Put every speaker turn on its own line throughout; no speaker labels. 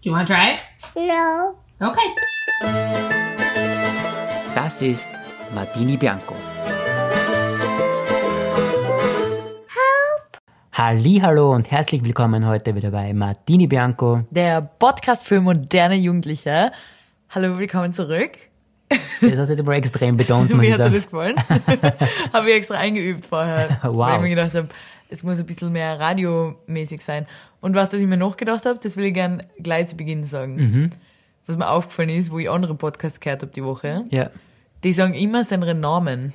Do you want to try it?
No.
Okay.
Das ist Martini Bianco. Hallo und herzlich willkommen heute wieder bei Martini Bianco.
Der Podcast für moderne Jugendliche. Hallo, willkommen zurück.
Das hast du jetzt aber extrem betont, muss
Wie
ich
hat er
sagen.
das gefallen? habe ich extra eingeübt vorher.
Wow.
Weil ich mir gedacht habe, es muss ein bisschen mehr radiomäßig sein. Und was, was ich mir noch gedacht habe, das will ich gern gleich zu Beginn sagen.
Mhm.
Was mir aufgefallen ist, wo ich andere Podcasts gehört habe die Woche,
Ja.
die sagen immer seinen Namen.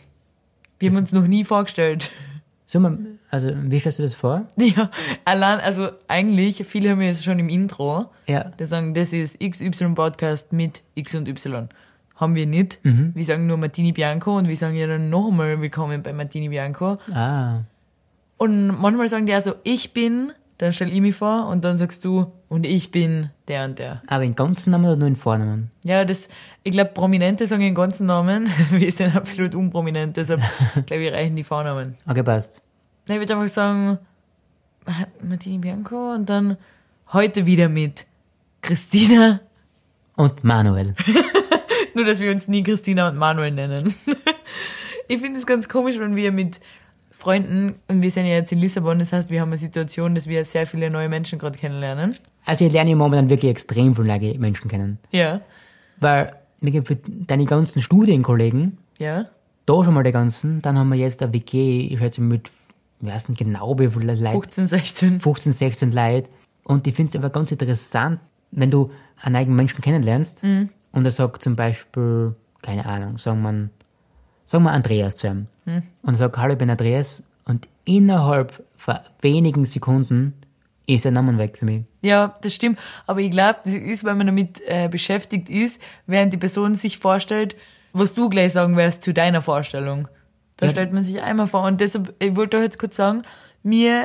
Die haben uns noch nie vorgestellt.
So, man- also, wie stellst du das vor?
Ja, allein, also eigentlich, viele haben ja es schon im Intro.
Ja.
Die sagen, das ist XY-Podcast mit X und Y. Haben wir nicht. Wir sagen nur Martini Bianco und wir sagen ja dann nochmal willkommen bei Martini Bianco.
Ah,
Und manchmal sagen die also, ich bin, dann stell ich mich vor und dann sagst du, und ich bin der und der.
aber im ganzen Namen oder nur im Vornamen?
Ja, das, ich glaube, Prominente sagen ihren ganzen Namen. wir sind absolut unprominent, deshalb glaube ich, reichen die Vornamen.
Okay, passt.
Nein, ich würde einfach sagen, Ma- Martini Bianco und dann heute wieder mit Christina.
Und Manuel.
Nur, dass wir uns nie Christina und Manuel nennen. ich finde es ganz komisch, wenn wir mit Freunden, und wir sind ja jetzt in Lissabon, das heißt, wir haben eine Situation, dass wir sehr viele neue Menschen gerade kennenlernen.
Also, ich lerne im Moment wirklich extrem viele Menschen kennen.
Ja,
Weil, wirklich für deine ganzen Studienkollegen,
ja.
da schon mal die ganzen, dann haben wir jetzt eine WG, ich schätze mit, wir wissen genau, wie viele Leute,
15, 16.
15, 16 Leute. Und ich finde es aber ganz interessant, wenn du einen eigenen Menschen kennenlernst und er sagt zum Beispiel, keine Ahnung, sagen wir, sagen wir Andreas zu ihm. Und er sagt, hallo, ich bin Andreas. Und innerhalb von wenigen Sekunden ist der Name weg für mich.
Ja, das stimmt. Aber ich glaube, das ist, wenn man damit äh, beschäftigt ist, während die Person sich vorstellt, was du gleich sagen wirst zu deiner Vorstellung. Da
Ja.
stellt man sich einmal vor. Und deshalb, ich wollte doch jetzt kurz sagen, mir,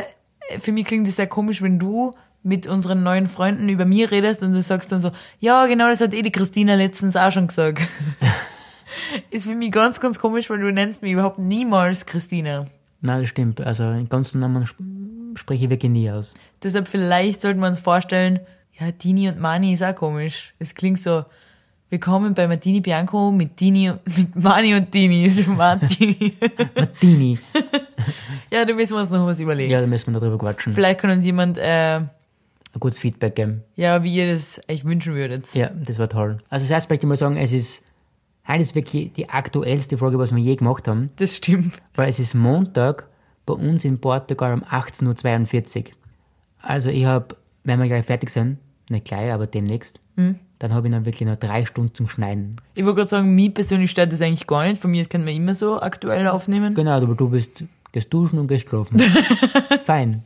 für mich klingt es sehr komisch, wenn du mit unseren neuen Freunden über mir redest und du sagst dann so, ja, genau, das hat eh die Christina letztens auch schon gesagt. ist für mich ganz, ganz komisch, weil du nennst mich überhaupt niemals Christina.
Nein, das stimmt. Also den ganzen Namen sp spreche ich wirklich nie aus.
Deshalb vielleicht sollten wir uns vorstellen, ja, Dini und Mani ist auch komisch. Es klingt so, willkommen bei Martini Bianco mit Dini, und- mit Mani und Dini. So Martini.
Martini.
ja, da müssen wir uns noch was überlegen.
ja, da müssen wir darüber quatschen.
Vielleicht kann uns jemand, äh,
Ein gutes Feedback geben.
ja, wie ihr das euch wünschen würdet.
Ja, das war toll. Also das heißt, möchte ich mal sagen, es ist, heute ist wirklich die aktuellste Folge, was wir je gemacht haben,
Das stimmt.
weil es ist Montag bei uns in Portugal um 18.42 Uhr. Also ich habe, wenn wir gleich fertig sind, nicht gleich, aber demnächst, dann habe ich dann wirklich noch drei Stunden zum Schneiden.
Ich wollte gerade sagen, mir persönlich stört das eigentlich gar nicht. Von mir kann man immer so aktuell aufnehmen.
Genau, aber du bist, gehst duschen und gehst schlafen. Fein.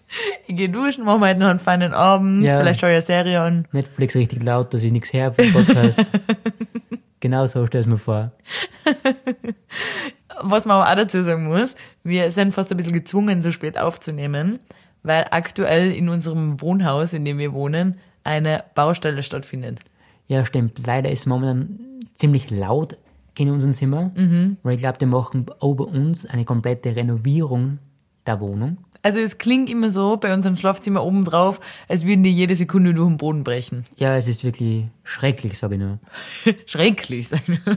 Ich gehe duschen, machen wir heute noch einen feinen Abend.
Ja.
Vielleicht schaue ich eine Serie an.
Netflix richtig laut, dass ich nichts höre vom Podcast. genau so stell es mir vor.
Was man aber auch dazu sagen muss, wir sind fast ein bisschen gezwungen, so spät aufzunehmen, weil aktuell in unserem Wohnhaus, in dem wir wohnen, eine Baustelle stattfindet.
Ja, stimmt. Leider ist es momentan ziemlich laut in unserem Zimmer, weil ich glaube, die machen über uns eine komplette Renovierung der Wohnung.
Also es klingt immer so bei unserem Schlafzimmer oben drauf, als würden die jede Sekunde durch den Boden brechen.
Ja, es ist wirklich schrecklich, sage ich nur.
Schrecklich. sag ich nur.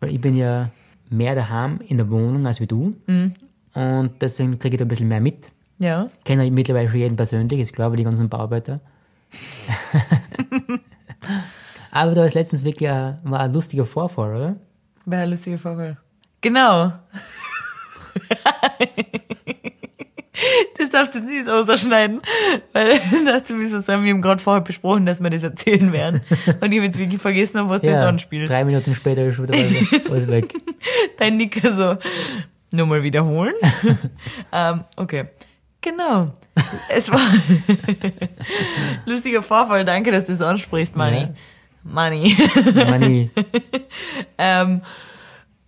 Weil ich bin ja mehr daheim in der Wohnung als wie du und deswegen kriege ich da ein bisschen mehr mit.
ja.
Kenne ich mittlerweile schon jeden persönlich, ist klar, weil die ganzen Bauarbeiter. Aber da ist letztens wirklich ein, war ein lustiger Vorfall, oder?
Wäre ein lustiger Vorfall. Genau. Das darfst du jetzt nicht ausschneiden, weil dazu müssen wir sagen, wir haben gerade vorher besprochen, dass wir das erzählen werden. Und ich habe jetzt wirklich vergessen, auf was du jetzt anspielst.
drei Minuten später ist schon wieder alles alles weg.
Dein Nicker so, nur mal wiederholen. ähm, okay. Genau. Es war lustiger Vorfall. Danke, dass du es ansprichst, Mani.
Ja.
Mani.
Money.
Ähm,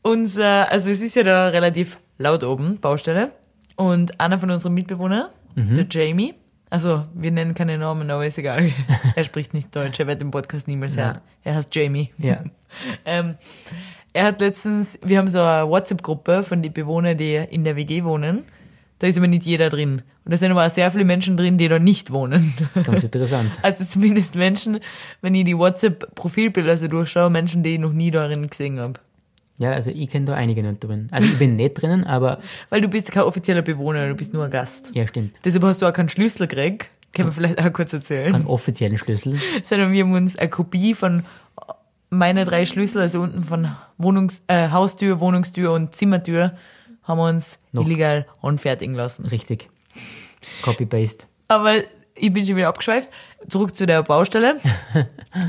unser, also es ist ja da relativ laut oben, Baustelle. Und einer von unseren Mitbewohnern, der Jamie, also wir nennen keine Namen, aber ist egal. er spricht nicht Deutsch, er wird den Podcast niemals
Ja.
hören. Er heißt Jamie.
Ja.
ähm, er hat letztens, wir haben so eine WhatsApp-Gruppe von den Bewohnern, die in der WG wohnen. Da ist aber nicht jeder drin. Und da sind aber auch sehr viele Menschen drin, die da nicht wohnen.
Ganz interessant.
Also zumindest Menschen, wenn ich die WhatsApp-Profilbilder so durchschaue, Menschen, die ich noch nie darin gesehen habe.
Ja, also ich kenne da einige nicht drin. Also ich bin nicht drinnen, aber
Weil du bist kein offizieller Bewohner, du bist nur ein Gast.
ja, stimmt.
Deshalb hast du auch keinen Schlüssel gekriegt. Können wir vielleicht auch kurz erzählen.
Einen offiziellen Schlüssel.
Sondern wir haben uns eine Kopie von meine drei Schlüssel, also unten von Wohnungs äh, Haustür, Wohnungstür und Zimmertür, haben wir uns
Noch.
illegal anfertigen lassen.
Richtig. Copy-paste.
Aber ich bin schon wieder abgeschweift. Zurück zu der Baustelle.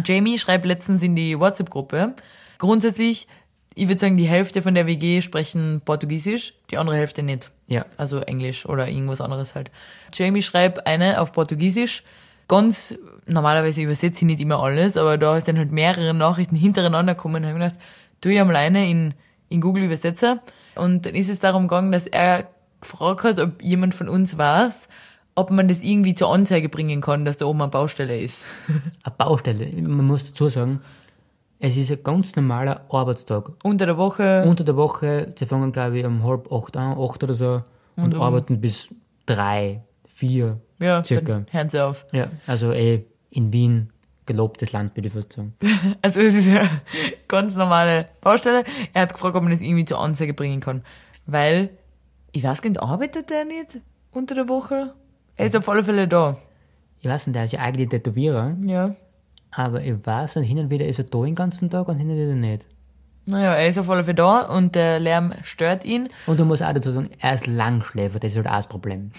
Jamie schreibt letztens in die WhatsApp-Gruppe. Grundsätzlich, ich würde sagen, die Hälfte von der WG sprechen Portugiesisch, die andere Hälfte nicht.
Ja.
Also Englisch oder irgendwas anderes halt. Jamie schreibt eine auf Portugiesisch. Ganz normalerweise übersetze ich nicht immer alles, aber da ist dann halt mehrere Nachrichten hintereinander gekommen und habe gedacht, tu ich einmal eine in, in Google Übersetzer. Und dann ist es darum gegangen, dass er gefragt hat, ob jemand von uns weiß, ob man das irgendwie zur Anzeige bringen kann, dass da oben eine Baustelle ist.
Eine Baustelle. Man muss dazu sagen, es ist ein ganz normaler Arbeitstag.
Unter der Woche.
Unter der Woche, sie fangen glaube ich um halb acht an, acht oder so, und, arbeiten bis drei, vier,
um? ja,
circa.
dann hören sie auf.
Ja, also eh in Wien gelobtes Land, würde ich fast sagen.
Also es ist ja ganz normale Baustelle. Er hat gefragt, ob man das irgendwie zur Anzeige bringen kann. Weil, ich weiß gar nicht, arbeitet er nicht unter der Woche? Er ist auf alle Fälle da.
Ich weiß nicht, der ist ja eigentlich Tätowierer,
Ja.
aber ich weiß nicht, hin und wieder ist er da den ganzen Tag und hin und wieder nicht.
Naja, er ist auf alle Fälle da und der Lärm stört ihn.
Und du musst auch dazu sagen, er ist Langschläfer, das ist halt auch das Problem.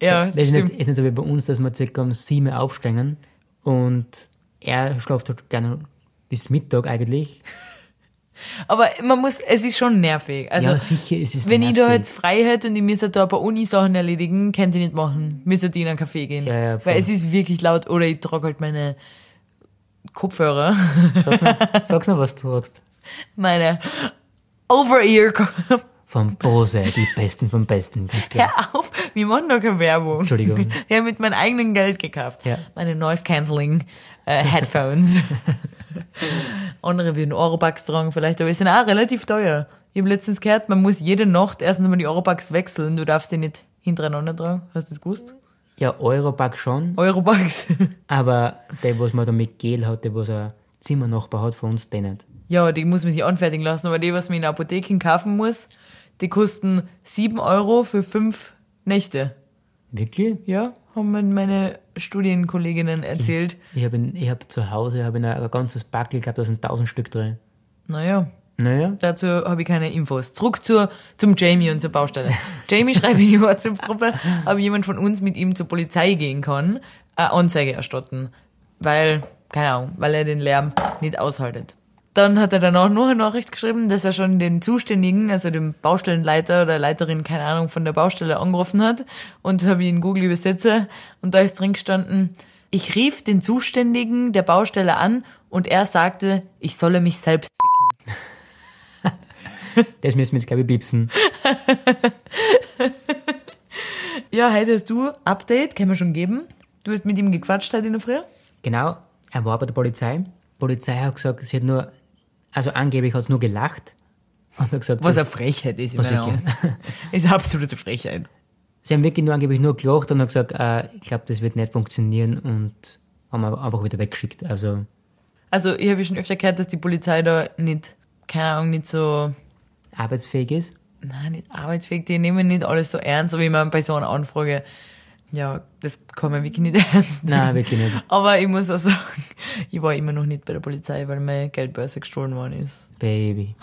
Ja,
Das ist
stimmt.
nicht, ist nicht so wie bei uns, dass wir circa um sieben Uhr aufstehen und er schläft halt gerne bis Mittag eigentlich.
Aber man muss, es ist schon nervig. Also,
ja, sicher ist es
wenn ich da
nervig.
jetzt frei hätte und ich müsste da ein paar Uni-Sachen erledigen, könnte ich nicht machen. Müsste ich in einen Café gehen.
Ja, ja, voll.
Weil es ist wirklich laut oder ich trage halt meine Kopfhörer.
Sag's noch, sag's noch, was du sagst.
meine Over-Ear.
Vom Bose, die Besten vom Besten, ganz klar.
Hör auf, wir machen doch keine Werbung.
Entschuldigung.
Wir haben mit meinem eigenen Geld gekauft.
Ja.
Meine Noise Cancelling äh, Headphones. Andere würden Oropax tragen vielleicht, aber die sind auch relativ teuer. Ich habe letztens gehört, man muss jede Nacht erst einmal die Oropax wechseln. Du darfst die nicht hintereinander tragen. Hast du das gewusst?
Ja, Europack schon,
Europax.
aber der, was man da mit Gel hat, der, was ein Zimmernachbar hat von uns, der nicht.
Ja, die muss man sich anfertigen lassen, aber die, was man in der Apotheke kaufen muss, die kosten 7 Euro für fünf Nächte.
Wirklich?
Ja, haben mir meine Studienkolleginnen erzählt.
Ich habe ich hab zu Hause hab ich noch ein ganzes Backel gehabt, da sind tausend Stück drin.
Naja,
Naja,
Dazu habe ich keine Infos. Zurück zur, zum Jamie und zur Baustelle. Jamie schreibt in die WhatsApp-Gruppe, ob jemand von uns mit ihm zur Polizei gehen kann, eine Anzeige erstatten. Weil, keine Ahnung, weil er den Lärm nicht aushaltet. Dann hat er danach noch eine Nachricht geschrieben, dass er schon den Zuständigen, also dem Baustellenleiter oder Leiterin, keine Ahnung, von der Baustelle angerufen hat. Und das habe ich in Google übersetze. Und da ist drin gestanden, ich rief den Zuständigen der Baustelle an und er sagte, ich solle mich selbst
das müssen wir jetzt, glaube ich, piepsen.
Ja, heute hast du Update, kann man schon geben. Du hast mit ihm gequatscht heute in der Früh.
Genau, er war bei der Polizei. Die Polizei hat gesagt, sie hat nur, also angeblich hat sie nur gelacht. Und hat gesagt,
Was eine
dass-
Frechheit ist, in
was
meinen Augen.
wirklich-
Ist eine absolute Frechheit.
sie haben wirklich nur angeblich nur gelacht und hat gesagt, äh, ich glaube, das wird nicht funktionieren und haben aber einfach wieder weggeschickt. Also,
Also, ich habe ja schon öfter gehört, dass die Polizei da nicht, keine Ahnung, nicht so,
arbeitsfähig ist.
nein, nicht arbeitsfähig, die nehmen nicht alles so ernst, aber ich meine, bei so einer Anfrage, ja, das kann man wirklich nicht ernst nehmen.
Nein, wirklich nicht.
Aber ich muss auch sagen, ich war immer noch nicht bei der Polizei, weil meine Geldbörse gestohlen worden ist.
Baby.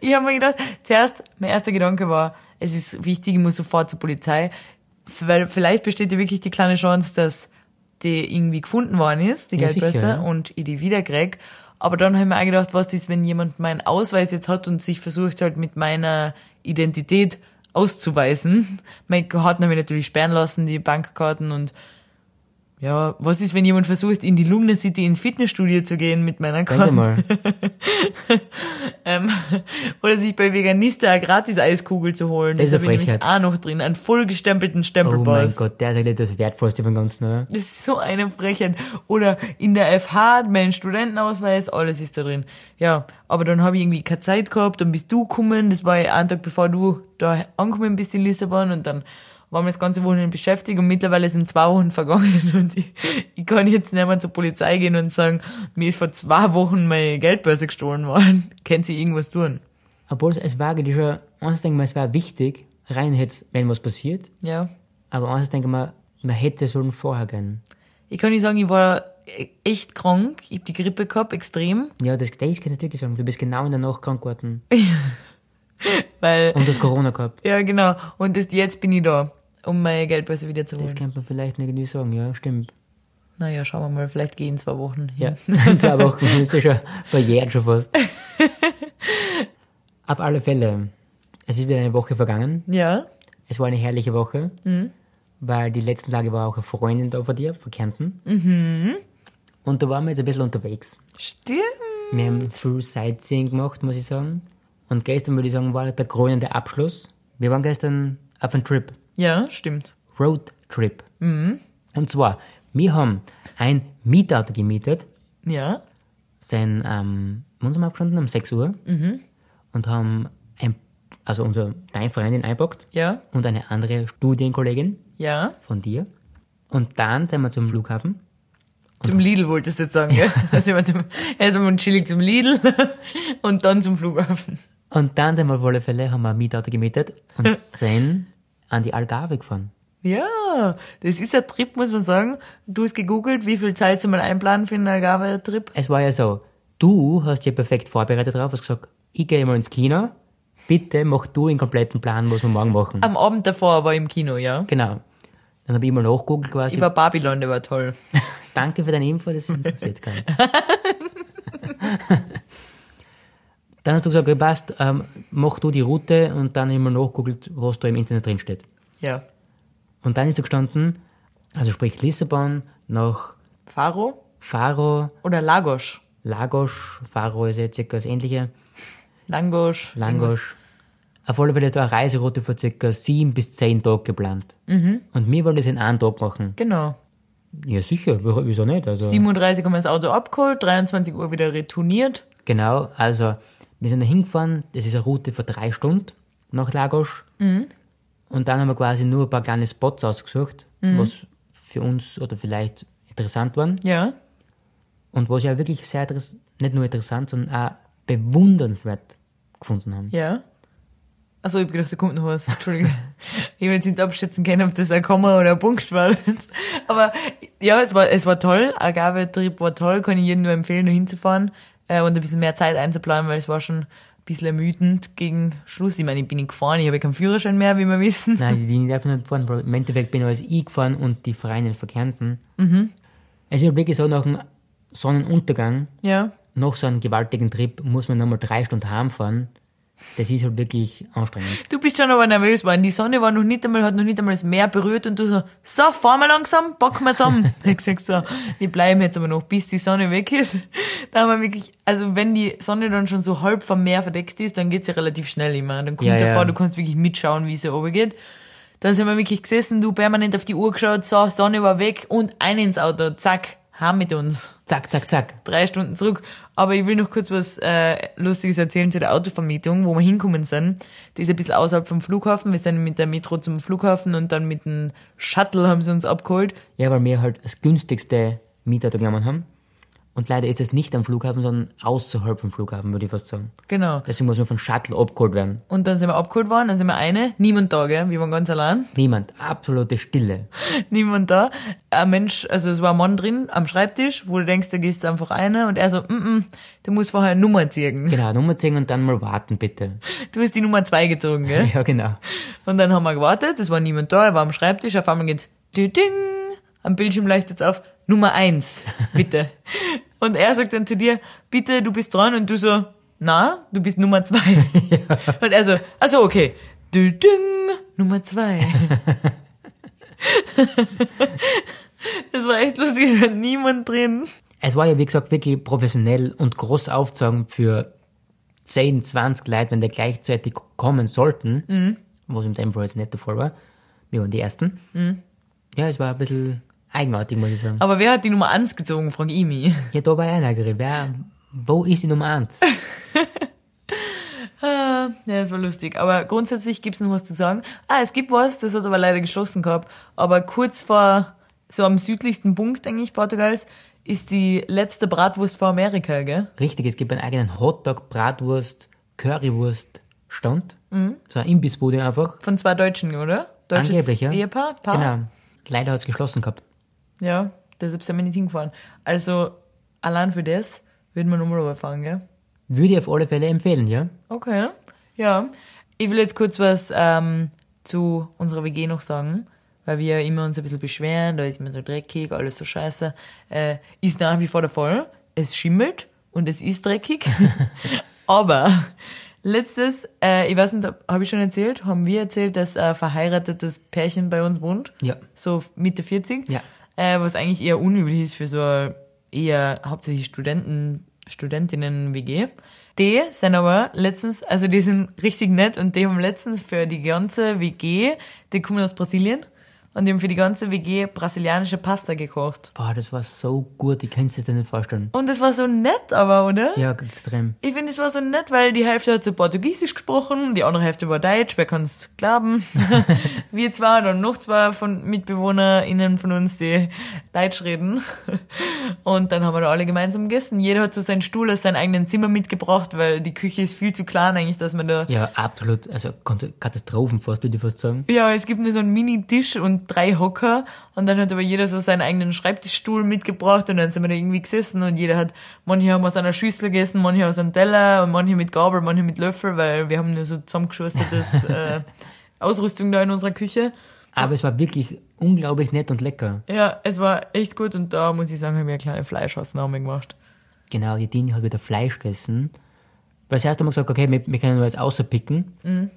Ich habe mir gedacht, zuerst, mein erster Gedanke war, es ist wichtig, ich muss sofort zur Polizei, weil vielleicht besteht ja wirklich die kleine Chance, dass die irgendwie gefunden worden ist, die
Ja,
Geldbörse,
sicher, ja.
und ich die wiederkrieg. Aber dann habe ich mir auch gedacht, was ist, wenn jemand meinen Ausweis jetzt hat und sich versucht halt mit meiner Identität auszuweisen. Meine Karten habe ich natürlich sperren lassen, die Bankkarten und Ja, was ist, wenn jemand versucht, in die Lugner City ins Fitnessstudio zu gehen mit meiner
Denke
Karte?
mal.
Ähm, oder sich bei Veganista eine gratis Eiskugel zu holen.
Das ist
Da
eine
bin ich nämlich
Frechheit.
auch noch drin. Einen
Oh
vollgestempelten
mein
Stempelpass.
Gott, der ist eigentlich das Wertvollste von ne? ganzen, oder?
Das ist so eine Frechheit. Oder in der FH, mein Studentenausweis, alles ist da drin. Ja, aber dann habe ich irgendwie keine Zeit gehabt, dann bist du gekommen, das war ja einen Tag bevor du da angekommen bist in Lissabon und dann waren wir das ganze Wochenende beschäftigt und mittlerweile sind zwei Wochen vergangen und ich, ich kann jetzt nicht mehr zur Polizei gehen und sagen, mir ist vor zwei Wochen meine Geldbörse gestohlen worden. Kennt sie irgendwas tun?
Obwohl es- es war eigentlich schon, eins denke ich mal, es war wichtig, rein jetzt, wenn was passiert,
Ja.
aber eins denke ich mal, man hätte sollen vorher gehen.
Ich kann nicht sagen, ich war echt krank, ich habe die Grippe gehabt, extrem,
Ja, das, das kann ich wirklich sagen, du bist genau in der Nacht krank geworden
weil
und das Corona gehabt.
Ja, genau. Und das, jetzt bin ich da, um meine Geldbörse wieder zu
Das
holen.
kann man vielleicht nicht irgendwie sagen, ja, stimmt.
Naja, schauen wir mal, vielleicht gehen zwei Wochen.
Ja, in zwei Wochen ist ja schon verjährt schon fast. Auf alle Fälle, es ist wieder eine Woche vergangen.
Ja?
Es war eine herrliche Woche, weil die letzten Tage war auch eine Freundin da von dir, von Kärnten. Und da waren wir jetzt ein bisschen unterwegs.
Stimmt.
Wir haben viel Sightseeing gemacht, muss ich sagen. Und gestern, würde ich sagen, war der krönende Abschluss. Wir waren gestern auf einem Trip,
Ja, stimmt.
Roadtrip. Und zwar, wir haben ein Mietauto gemietet,
Ja?
sind ähm, wir uns haben aufgestanden um 6 Uhr und haben ein, also unser, deine Freundin einpackt
Ja?
und eine andere Studienkollegin
Ja?
von dir. Und dann sind wir zum Flughafen.
Zum Lidl wolltest du jetzt sagen, gell? Da sind wir zum, erst einmal chillig zum Lidl und dann zum Flughafen.
Und dann sind wir auf alle Fälle, haben wir ein Mietauto gemietet und sind an die Algarve gefahren.
Ja, das ist ein Trip, muss man sagen. Du hast gegoogelt, wie viel Zeit soll man einplanen für einen Algarve-Trip?
Es war ja so, du hast dich perfekt vorbereitet drauf, hast gesagt, ich gehe mal ins Kino, bitte mach du den kompletten Plan, was wir morgen machen.
Am Abend davor war ich im Kino, ja?
Genau. Dann habe ich mal nachgegoogelt
Ich
quasi.
war Babylon, der war toll.
Danke für deine Info, das interessiert keinen. dann hast du gesagt, okay, passt, ähm, mach du die Route und dann immer nachgegoogelt, was da im Internet drin steht.
Ja.
Und dann ist da gestanden, also sprich Lissabon nach
Faro
Faro,
oder Lagos?
Lagos, Faro ist ja circa das ähnliche,
Langos. irgendwas.
Langos. Auf alle Fälle ist da eine Reiseroute für circa sieben bis zehn Tage geplant.
Mhm.
Und wir wollen das in einem Tag machen.
Genau.
Ja, sicher, w- wieso nicht? Also,
37 haben wir das Auto abgeholt, 23 Uhr wieder retourniert.
Genau, also wir sind da hingefahren, das ist eine Route für drei Stunden nach Lagos. Und dann haben wir quasi nur ein paar kleine Spots ausgesucht, was für uns oder vielleicht interessant waren.
Ja.
Und was ich auch wirklich sehr interess- nicht nur interessant, sondern auch bewundernswert gefunden haben.
Ja. Achso, ich hab gedacht, da kommt noch was. Entschuldigung. ich will jetzt nicht abschätzen können, ob das ein Komma oder ein Punkt war. Aber ja, es war, es war toll. Agave-Trip war toll. Kann ich jedem nur empfehlen, da hinzufahren äh, und ein bisschen mehr Zeit einzuplanen, weil es war schon ein bisschen ermüdend gegen Schluss. Ich meine, ich bin nicht gefahren, ich habe ja keinen Führerschein mehr, wie wir wissen.
Nein, die Linie darf ich nicht gefahren, weil im Endeffekt bin alles ich gefahren und die Freien verkehrten. Es ist wirklich so, nach einem Sonnenuntergang,
Ja.
nach so einem gewaltigen Trip, muss man nochmal drei Stunden heimfahren. Das ist halt wirklich anstrengend.
Du bist schon aber nervös geworden. Die Sonne war noch nicht einmal, hat noch nicht einmal das Meer berührt und du so, so, fahren wir langsam, packen wir zusammen. ich gesagt, so, wir bleiben jetzt aber noch, bis die Sonne weg ist. Da haben wir wirklich, also wenn die Sonne dann schon so halb vom Meer verdeckt ist, dann geht's ja relativ schnell immer. Dann kommt
Ja,
davor,
ja.
du kannst wirklich mitschauen, wie sie oben geht. Dann sind wir wirklich gesessen, du permanent auf die Uhr geschaut, so, Sonne war weg und ein ins Auto, zack, haben mit uns
Zack, zack, zack.
drei Stunden zurück. Aber ich will noch kurz was äh, Lustiges erzählen zu der Autovermietung, wo wir hinkommen sind. Die ist ein bisschen außerhalb vom Flughafen. Wir sind mit der Metro zum Flughafen und dann mit dem Shuttle haben sie uns abgeholt.
Ja, weil wir halt das günstigste Mietauto genommen haben. Und leider ist es nicht am Flughafen, sondern außerhalb vom Flughafen, würde ich fast sagen.
Genau.
Deswegen muss man von Shuttle abgeholt werden.
Und dann sind wir abgeholt worden, dann sind wir eine, niemand da, gell? Wir waren ganz allein.
Niemand, absolute Stille.
niemand da. Ein Mensch, also es war ein Mann drin am Schreibtisch, wo du denkst, da gehst du einfach eine und er so, mm -mm, du musst vorher eine Nummer ziehen.
Genau, Nummer ziehen und dann mal warten, bitte.
Du hast die Nummer zwei gezogen, gell?
Ja, genau.
Und dann haben wir gewartet, es war niemand da, er war am Schreibtisch, auf einmal geht's dü ding, am Bildschirm leuchtet's auf, Nummer eins, bitte. und er sagt dann zu dir, bitte, du bist dran und du so, na, du bist Nummer zwei. Und er so, ach so, okay, dü ding, Nummer zwei. Das war echt lustig, es war niemand drin.
Es war ja, wie gesagt, wirklich professionell und groß aufzogen für 10, 20 Leute, wenn die gleichzeitig kommen sollten, was in dem Fall jetzt nicht der Fall war. Wir waren die Ersten. Ja, es war ein bisschen eigenartig, muss ich sagen.
Aber wer hat die Nummer 1 gezogen, frag ich mich.
Ja, da war einer gerät. Wer, wo ist die Nummer 1?
Ah, Ja, das war lustig. Aber grundsätzlich gibt's noch was zu sagen. Ah, es gibt was, das hat aber leider geschlossen gehabt. Aber kurz vor, so am südlichsten Punkt eigentlich Portugals, ist die letzte Bratwurst vor Amerika, gell?
Richtig, es gibt einen eigenen Hotdog, Bratwurst, Currywurst Stand. So ein Imbissbude einfach.
Von zwei Deutschen, oder? Deutsches
Angeblich, ja.
Ehepaar? Paar?
Genau. Leider hat es geschlossen gehabt.
Ja, deshalb sind wir nicht hingefahren. Also, allein für das würden wir nochmal rüberfahren, gell?
Würde ich auf alle Fälle empfehlen, ja?
Okay, ja. Ich will jetzt kurz was ähm, zu unserer WG noch sagen, weil wir immer uns ein bisschen beschweren, da ist immer so dreckig, alles so scheiße. Äh, ist nach wie vor der Fall. Es schimmelt und es ist dreckig. Aber letztes, äh, ich weiß nicht, habe ich schon erzählt, haben wir erzählt, dass äh, verheiratetes Pärchen bei uns wohnt?
Ja.
So Mitte 40?
Ja.
Äh, was eigentlich eher unüblich ist für so eine eher hauptsächlich Studenten, Studentinnen-WG. Die sind aber letztens, also die sind richtig nett und die haben letztens für die ganze WG, die kommen aus Brasilien, und die haben für die ganze WG brasilianische Pasta gekocht.
Boah, das war so gut, ich kann es dir nicht vorstellen.
Und das war so nett aber, oder?
Ja, extrem.
Ich finde, es war so nett, weil die Hälfte hat so Portugiesisch gesprochen, die andere Hälfte war Deutsch, wer kann es glauben? Wir zwei und noch zwei von MitbewohnerInnen von uns, die Deutsch reden. Und dann haben wir da alle gemeinsam gegessen. Jeder hat so seinen Stuhl aus seinem eigenen Zimmer mitgebracht, weil die Küche ist viel zu klein eigentlich, dass man da...
Ja, absolut. Also Kon- Katastrophen fast, würde ich fast sagen.
Ja, es gibt nur so einen Mini-Tisch und drei Hocker und dann hat aber jeder so seinen eigenen Schreibtischstuhl mitgebracht und dann sind wir da irgendwie gesessen und jeder hat, manche haben aus einer Schüssel gegessen, manche aus einem Teller und manche mit Gabel, manche mit Löffel, weil wir haben nur so zusammengeschustertes äh, Ausrüstung da in unserer Küche.
Aber es war wirklich unglaublich nett und lecker.
Ja, es war echt gut und da muss ich sagen, haben wir eine kleine Fleischausnahme gemacht.
Genau, die Dini hat wieder Fleisch gegessen. Weil sie erst einmal gesagt, okay, wir, wir können nur was außerpicken.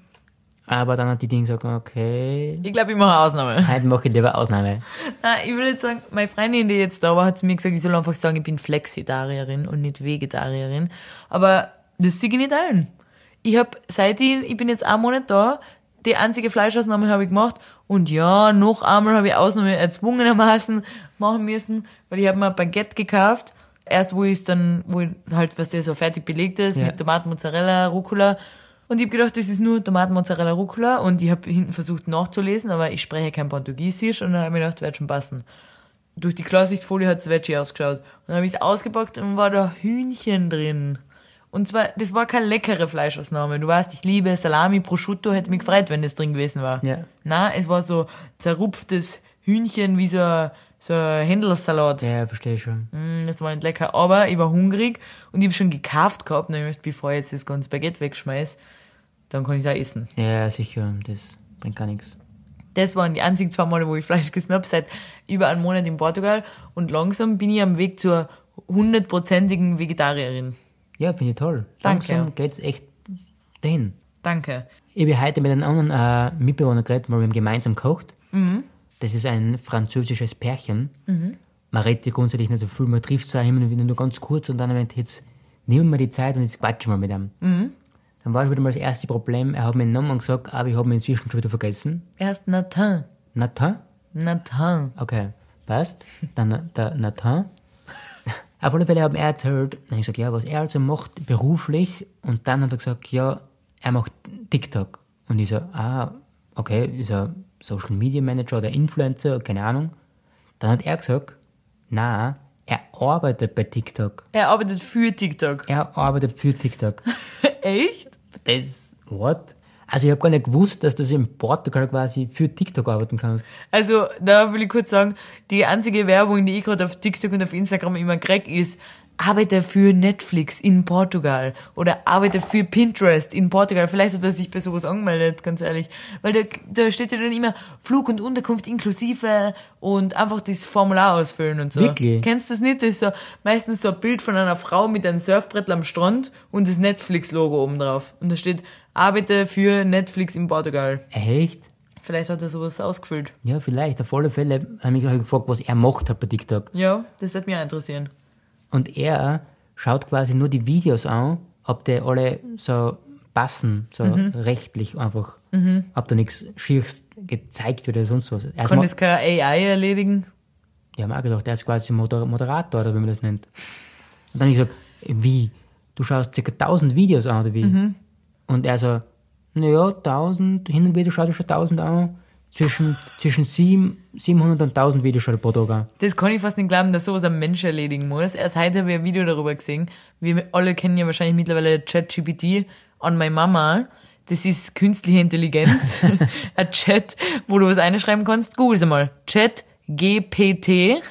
Aber dann hat die Dini gesagt, okay,
Ich glaube, ich mache eine Ausnahme.
heute mache ich lieber Ausnahme.
Nein, ich will jetzt sagen, meine Freundin, die jetzt da war, hat zu mir gesagt, ich soll einfach sagen, ich bin Flexitarierin und nicht Vegetarierin. Aber das sehe ich nicht ein. Ich habe, seit ich, ich bin jetzt einen Monat da, die einzige Fleischausnahme habe ich gemacht und ja, noch einmal habe ich Ausnahme erzwungenermaßen machen müssen, weil ich habe mir ein Baguette gekauft. Erst wo ich dann, wo ich halt, was der so fertig belegt ist,
Ja.
mit Tomaten, Mozzarella, Rucola. Und ich habe gedacht, das ist nur Tomaten, Mozzarella, Rucola. Und ich habe hinten versucht nachzulesen, aber ich spreche kein Portugiesisch. Und dann habe ich mir gedacht, wird schon passen. Durch die Klarsichtfolie hat's Veggie ausgeschaut. Und dann habe ich's ausgepackt und war da Hühnchen drin. Und zwar, das war keine leckere Fleischausnahme. Du weißt, ich liebe Salami, Prosciutto, hätte mich gefreut, wenn das drin gewesen war.
Ja.
Na, es war so zerrupftes Hühnchen wie so ein, so ein Händlersalat.
Ja, verstehe schon.
Mm, Das war nicht lecker, aber ich war hungrig und ich habe schon gekauft gehabt, und ich möchte, bevor ich jetzt das ganze Baguette wegschmeiß, dann kann ich auch essen.
Ja, sicher, das bringt gar nichts.
Das waren die einzigen zwei Male, wo ich Fleisch gegessen habe, seit über einem Monat in Portugal. Und langsam bin ich am Weg zur hundertprozentigen Vegetarierin.
Ja, finde ich toll.
Danke.
Langsam geht's echt dahin.
Danke.
Ich habe heute mit einem anderen äh, Mitbewohner geredet, weil wir haben gemeinsam gekocht. Das ist ein französisches Pärchen. Man redet ja grundsätzlich nicht so viel, man trifft sich auch immer wieder nur ganz kurz und dann meint, jetzt nehmen wir die Zeit und jetzt quatschen wir mit ihm. Dann war schon wieder mal das erste Problem, er hat mir den Namen gesagt, aber ich habe ihn inzwischen schon wieder vergessen.
Erst Nathan.
Nathan?
Nathan.
Okay, passt. Dann der Nathan. Auf alle Fälle haben er erzählt, dann hab ich gesagt, ja, was er also macht beruflich. Und dann hat er gesagt, ja, er macht TikTok. Und ich so, ah, okay, ist er Social Media Manager oder Influencer, keine Ahnung. Dann hat er gesagt, na, er arbeitet bei TikTok.
Er arbeitet für TikTok.
Er arbeitet für TikTok.
Echt?
Das, what? Also ich habe gar nicht gewusst, dass du so in Portugal quasi für TikTok arbeiten kannst.
Also, da will ich kurz sagen, die einzige Werbung, die ich gerade auf TikTok und auf Instagram immer krieg, ist, arbeite für Netflix in Portugal oder arbeite für Pinterest in Portugal. Vielleicht hat er sich bei sowas angemeldet, ganz ehrlich. Weil da, da steht ja dann immer Flug und Unterkunft inklusive und einfach das Formular ausfüllen und so.
Wirklich?
Kennst du das nicht? Das ist so, meistens so ein Bild von einer Frau mit einem Surfbrett am Strand und das Netflix-Logo oben drauf. Und da steht, arbeite für Netflix in Portugal.
Echt?
Vielleicht hat er sowas ausgefüllt.
Ja, vielleicht. Auf alle Fälle habe ich mich gefragt, was er macht hat bei TikTok.
Ja, das würde mich auch interessieren.
Und er schaut quasi nur die Videos an, ob die alle so passen, so
Mhm.
rechtlich einfach. Ob da nichts Schierst gezeigt wird oder sonst was. Er ist
Kann
Mo-
das keine AI erledigen?
ich habe mir auch gedacht, er ist quasi Moder Moderator oder wie man das nennt. Und dann habe ich gesagt, wie? Du schaust ca. 1000 Videos an oder wie?
Mhm.
Und er so, naja, 1000, hin und wieder schaut er schon 1000 an. Zwischen, zwischen sieben- 700 und 1000 Videos schaut er pro Tag an.
Das kann ich fast nicht glauben, dass sowas ein Mensch erledigen muss. Erst heute habe ich ein Video darüber gesehen. Wir alle kennen ja wahrscheinlich mittlerweile ChatGPT on my Mama. Das ist künstliche Intelligenz. ein Chat, wo du was einschreiben kannst. Google's einmal. Chat GPT.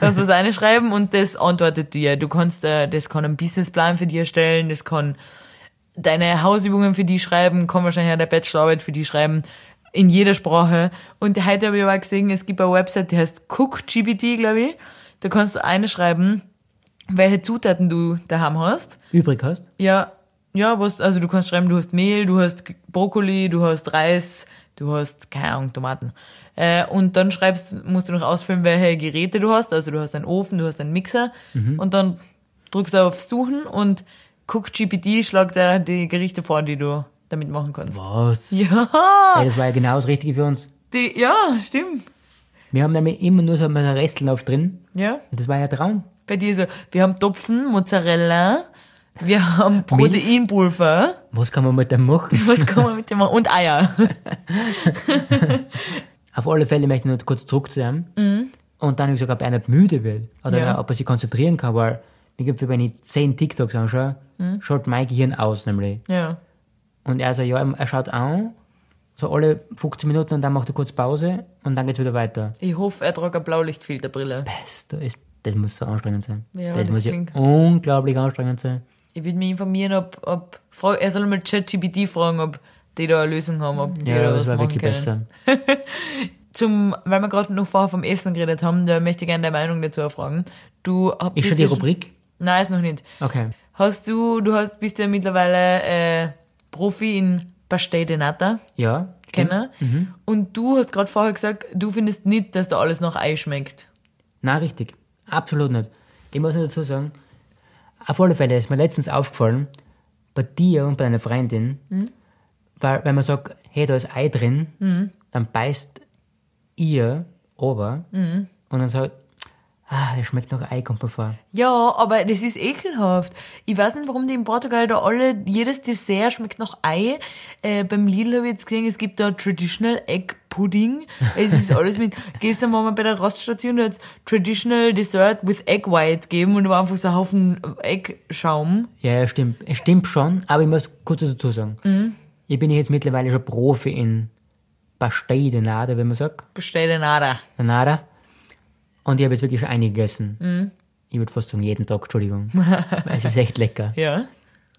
Kannst was einschreiben und das antwortet dir. Du kannst, äh, das kann einen Businessplan für dich erstellen, das kann deine Hausübungen für die schreiben, kann wahrscheinlich auch deine Bachelorarbeit für die schreiben, in jeder Sprache. Und heute habe ich aber auch gesehen, es gibt eine Website, die heißt CookGPT, glaube ich. Da kannst du eine schreiben, welche Zutaten du daheim hast.
Übrig hast.
Ja, ja, was, also du kannst schreiben, du hast Mehl, du hast Brokkoli, du hast Reis, du hast, keine Ahnung, Tomaten. Äh, und dann schreibst, musst du noch ausfüllen, welche Geräte du hast. Also du hast einen Ofen, du hast einen Mixer.
Mhm.
Und dann drückst du auf Suchen und CookGPT schlagt dir die Gerichte vor, die du damit machen kannst.
Was?
Ja,
Ey, das war ja genau das Richtige für uns.
die, ja, stimmt.
Wir haben nämlich immer nur so einen Restlauf drin.
Ja,
Und das war ja ein Traum.
bei dir so, wir haben Topfen, Mozzarella, wir haben Proteinpulver.
Was kann man mit dem machen?
Was kann man mit dem machen? Und Eier.
Auf alle Fälle möchte ich nur kurz zurück zu ihm. Und dann habe ich gesagt, ob einer müde wird. Oder
Mhm. Ja.
ob er sich konzentrieren kann, weil ich glaube, wenn ich zehn TikToks anschaue,
Mhm.
schaut mein Gehirn aus nämlich.
Ja.
Und er so, ja, er schaut an, so alle 15 Minuten und dann macht er kurz Pause und dann geht's wieder weiter.
Ich hoffe, er trägt eine Blaulichtfilterbrille.
Das, da ist, das muss so anstrengend sein.
Ja,
das,
das
muss
klingt-
ja unglaublich anstrengend sein.
Ich würde mich informieren, ob, ob frag, er soll mal ChatGPT fragen, ob die da eine Lösung haben, ob die
Ja,
da was
das war
machen
wirklich
können.
besser.
Zum, weil wir gerade noch vorher vom Essen geredet haben, da möchte ich gerne deine Meinung dazu fragen. Du hab-
Ist
bist
schon die
ja-
Rubrik?
Nein, ist noch nicht.
Okay.
Hast du, du hast, bist ja mittlerweile äh, Profi in Pastel de Nata,
Ja. stimmt. Mhm.
Kenner. Und du hast gerade vorher gesagt, du findest nicht, dass da alles nach Ei schmeckt.
Nein, richtig. Absolut nicht. Ich muss nur dazu sagen, auf alle Fälle ist mir letztens aufgefallen, bei dir und bei deiner Freundin, weil wenn man sagt, hey, da ist Ei drin, dann beißt ihr ober und dann sagt, ah, das schmeckt nach Ei, kommt mir vor.
Ja, aber das ist ekelhaft. Ich weiß nicht, warum die in Portugal da alle, jedes Dessert schmeckt nach Ei. Äh, beim Lidl habe ich jetzt gesehen, es gibt da Traditional Egg Pudding. Es ist alles mit, gestern waren wir bei der Raststation, da hat's Traditional Dessert with Egg White gegeben und da war einfach so ein Haufen Eggschaum.
Ja, ja, stimmt. Es stimmt schon, aber ich muss kurz was dazu sagen. Ich bin jetzt mittlerweile schon Profi in Pastel de Nada, wenn man sagt.
Bestell dir nada.
de Nada. Und ich habe jetzt wirklich schon einige gegessen.
Mhm.
Ich würde fast sagen, jeden Tag, Entschuldigung. es ist echt lecker.
Ja.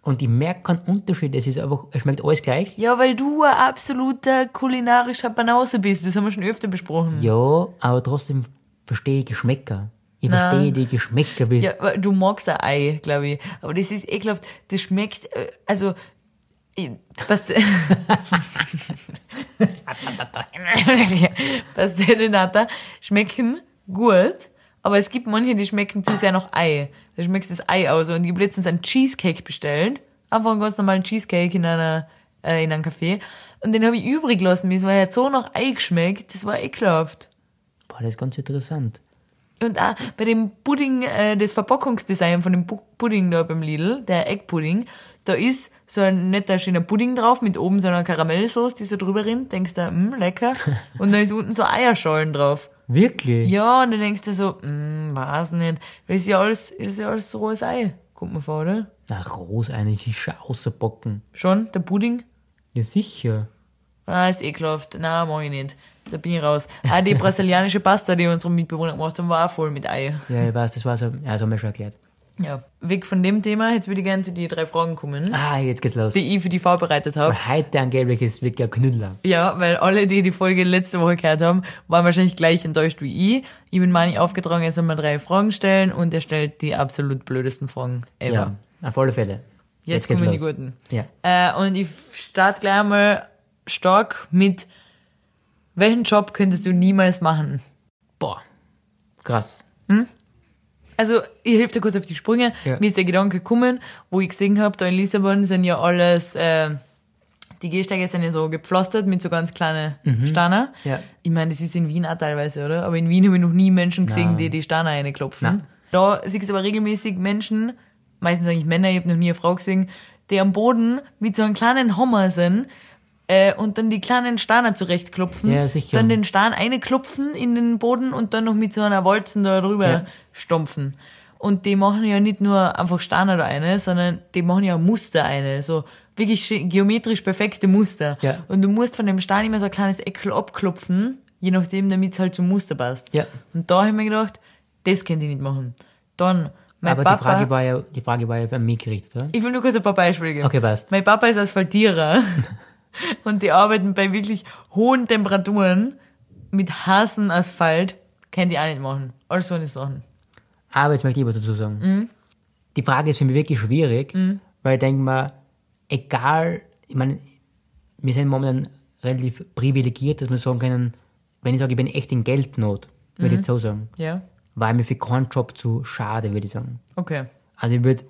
Und ich merke keinen Unterschied. Es ist einfach, es schmeckt alles gleich.
Ja, weil du ein absoluter kulinarischer Banause bist. Das haben wir schon öfter besprochen.
Ja, aber trotzdem verstehe ich Geschmäcker. Ich
Na.
verstehe die Geschmäcker. bis-
Ja, aber du magst ein Ei, glaube ich. Aber das ist ekelhaft. Das schmeckt, äh, also, ich- Past- Pastelle Nata schmecken gut, aber es gibt manche, die schmecken zu sehr nach Ei. Da schmeckst das Ei aus. Und ich habe letztens einen Cheesecake bestellt. Einfach einen ganz normalen Cheesecake in einer, äh, in einem Café. Und den habe ich übrig lassen müssen, weil er hat so nach Ei geschmeckt. Das war ekelhaft.
Boah, das ist ganz interessant.
Und auch bei dem Pudding, äh, das Verpackungsdesign von dem Bu- Pudding da beim Lidl, der Eggpudding, da ist so ein netter, schöner Pudding drauf mit oben so einer Karamellsauce, die so drüber rinnt. Denkst du, mh, lecker. Und dann ist unten so Eierschalen drauf.
Wirklich?
Ja, und dann denkst du so, mh, weiß nicht. Weil ist ja alles, ist ja alles rohes Ei. Kommt mir vor, oder?
Na, Rose, eigentlich ist schon außerbocken.
Schon? Der Pudding?
Ja, sicher.
Ah, ist ekelhaft. Na, mach ich nicht. Da bin ich raus. Ah, die brasilianische Pasta, die unsere Mitbewohner gemacht haben, war auch voll mit Ei.
Ja, ich weiß, das war so. Ja, das haben wir schon erklärt.
Ja. Weg von dem Thema, jetzt würde ich gerne zu den drei Fragen kommen.
Ah, jetzt geht's los.
die ich eh für die vorbereitet habe.
Weil heute angeblich ist wirklich ein Knüller.
Ja, weil alle, die die Folge letzte Woche gehört haben, waren wahrscheinlich gleich enttäuscht wie ich. Ich bin Mani aufgetragen, jetzt soll man drei Fragen stellen und er stellt die absolut blödesten Fragen ever.
Ja, auf alle Fälle.
jetzt
geht's
kommen die
los.
guten.
Ja.
Äh, und ich starte gleich mal stark mit Welchen Job könntest du niemals machen?
Boah, krass.
Also, ich helfe dir kurz auf die Sprünge.
Ja.
Mir ist der Gedanke gekommen, wo ich gesehen habe, da in Lissabon sind ja alles, äh, die Gehsteige sind ja so gepflastert mit so ganz kleinen Steiner.
Mhm. Ja.
Ich meine, das ist in Wien auch teilweise, oder? Aber in Wien habe ich noch nie Menschen gesehen,
Nein.
die die Steine reinklopfen.
Nein.
Da siehst du aber regelmäßig Menschen, meistens eigentlich Männer, ich habe noch nie eine Frau gesehen, die am Boden mit so einem kleinen Hammer sind äh, und dann die kleinen Steine zurechtklopfen.
Ja, sicher.
Dann den Stein einklopfen in den Boden und dann noch mit so einer Walzen da drüber
Ja.
stampfen. Und die machen ja nicht nur einfach Steine da eine, sondern die machen ja Muster eine, so wirklich schön- geometrisch perfekte Muster.
Ja.
Und du musst von dem Stein immer so ein kleines Eckel abklopfen, je nachdem, damit es halt zum Muster passt.
Ja.
Und da habe ich mir gedacht, das könnte ich nicht machen. Dann, mein
Aber
Papa...
die Frage war ja, die Frage war ja an mich gerichtet, oder?
Ich will nur kurz ein paar Beispiele geben.
Okay, passt.
Mein Papa ist Asphaltierer und die arbeiten bei wirklich hohen Temperaturen mit heißem Asphalt. Kann die auch nicht machen. All so eine Sachen.
Aber jetzt möchte ich was dazu sagen.
Mhm.
Die Frage ist für mich wirklich schwierig, weil ich denke mal, egal, ich meine, wir sind momentan relativ privilegiert, dass wir sagen können, wenn ich sage, ich bin echt in Geldnot,
Mhm.
würde ich jetzt so sagen,
Ja?
war mir für keinen Job zu schade, würde ich sagen.
Okay.
Also ich würde,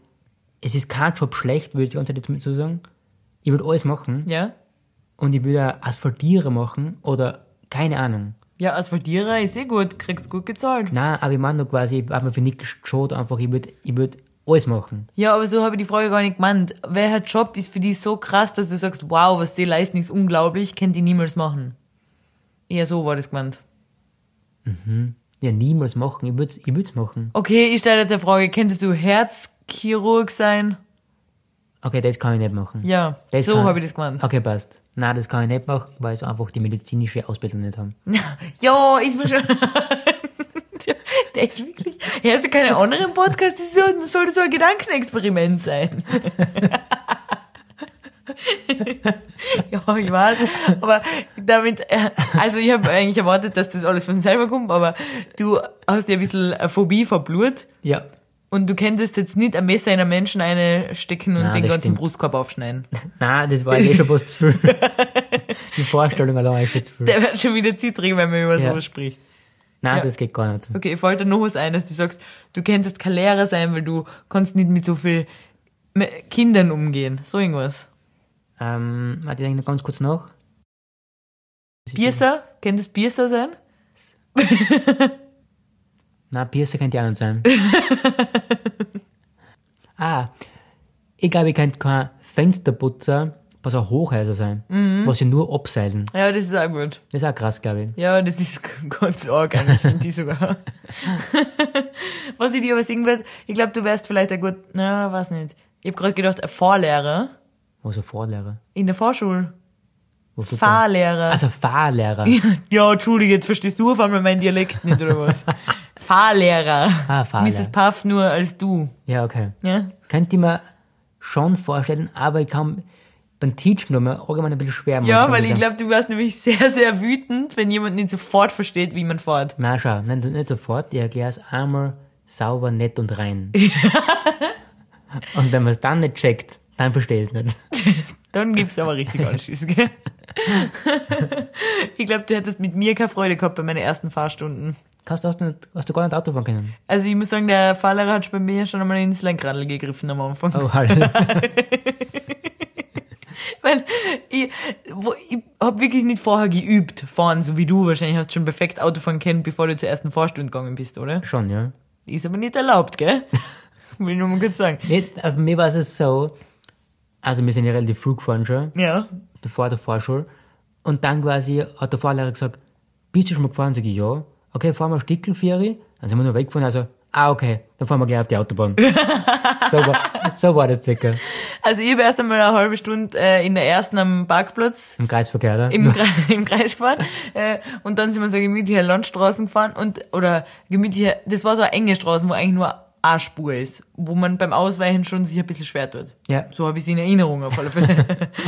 es ist kein Job schlecht, würde ich die ganze Zeit dazu sagen. Ich würde alles machen
Ja?
und ich würde auch Asphaltierer machen oder keine Ahnung.
Ja, Asphaltierer ist eh gut, kriegst gut gezahlt.
Nein, aber ich meine nur quasi, ich habe mir für nichts geschaut, einfach, ich würde ich würd alles machen.
Ja, aber so habe ich die Frage gar nicht gemeint. Welcher Job ist für dich so krass, dass du sagst, wow, was die leisten, ist unglaublich, kann die niemals machen? Eher so war das gemeint.
Ja, niemals machen. Ich würde es ich würd's machen.
Okay, ich stelle jetzt eine Frage. Könntest du Herzchirurg sein?
Okay, das kann ich nicht machen.
Ja,
Das
so
kann-
habe ich das gemeint.
Okay, passt. Nein, das kann ich nicht machen, weil sie einfach die medizinische Ausbildung nicht haben.
Ja, ist mir schon. Der ist wirklich. Hörst du keine anderen Podcasts? Das soll- das sollte so ein Gedankenexperiment sein. ja, ich weiß. Aber damit, äh, also ich habe eigentlich erwartet, dass das alles von selber kommt, aber du hast ja ein bisschen eine Phobie vor Blut
Ja.
und du könntest jetzt nicht ein Messer in einen Menschen einstecken und
Nein,
den
das
ganzen
stimmt.
Brustkorb aufschneiden.
Nein, das war eh schon fast zu viel. die Vorstellung allein ist schon zu viel.
Der wird schon wieder zittrig, wenn man über
Ja.
sowas spricht.
Nein,
Ja.
das geht gar nicht.
Okay, fällt dir noch was ein, dass du sagst, du könntest kein Lehrer sein, weil du kannst nicht mit so viel Me- Kindern umgehen. So irgendwas.
Ähm, warte, ich denke noch ganz kurz nach.
Piercer? Könntest Piercer sein?
Nein, Piercer könnte ich auch nicht sein. ah, ich glaube, ich könnte kein Fensterputzer bei so Hochhäuser sein,
Mhm.
was sie nur abseilen.
Ja, das ist auch gut.
Das ist auch krass, glaube ich.
Ja, das ist ganz arg eigentlich, finde ich sogar. was ich dir aber singen werde, ich glaube, du wärst vielleicht ein gut, na, weiß nicht. Ich habe gerade gedacht, ein Fahrlehrer
Was ein Vorlehrer.
in der Fahrschule.
Was tut man?
Fahrlehrer.
Also Fahrlehrer.
Ja, Entschuldige, jetzt verstehst du auf einmal meinen Dialekt nicht, oder was? Fahrlehrer.
Ah, Fahrlehrer.
Mrs. Puff nur als du.
Ja, okay.
Ja?
Könnte ich mir schon vorstellen, aber ich kann beim Teachen nochmal allgemein ein bisschen schwer machen.
Ja, weil ich glaube, du warst nämlich sehr, sehr wütend, wenn jemand nicht sofort versteht, wie man fährt.
Na schau, nicht, nicht sofort, ich erkläre es einmal sauber, nett und rein. und wenn man es dann nicht checkt, dann verstehe ich es nicht.
Dann gibt's aber richtig Anschiss, gell? ich glaube, du hättest mit mir keine Freude gehabt bei meinen ersten Fahrstunden.
Kannst du, hast, du nicht, hast du gar nicht Auto fahren können?
Also ich muss sagen, der Fahrlehrer hat schon bei mir schon einmal ins Lenkradl gegriffen am Anfang.
Oh, Alter.
Weil ich, wo, ich hab wirklich nicht vorher geübt, fahren, so wie du wahrscheinlich hast schon perfekt Autofahren kennen, bevor du zur ersten Fahrstunde gegangen bist, oder?
schon, ja.
Ist aber nicht erlaubt, gell? Will nur mal kurz sagen.
Nicht, aber mir war es so, also wir sind ja relativ früh gefahren schon,
Ja.
bevor der Fahrschule. Und dann quasi hat der Fahrlehrer gesagt, bist du schon mal gefahren? Sag ich, ja. Okay, fahren wir Stickelferie. Dann sind wir nur weggefahren. Also, ah, okay, dann fahren wir gleich auf die Autobahn. so, war, so war das circa.
Also ich hab erst einmal eine halbe Stunde äh, in der ersten am Parkplatz
Im Kreisverkehr, oder?
im, Kreis, im Kreis gefahren äh, und dann sind wir so gemütliche Landstraßen gefahren und oder gemütliche, das war so eine enge Straße, wo eigentlich nur eine Spur ist, wo man beim Ausweichen schon sich ein bisschen schwer tut.
Ja.
So habe ich sie in Erinnerung auf alle Fälle.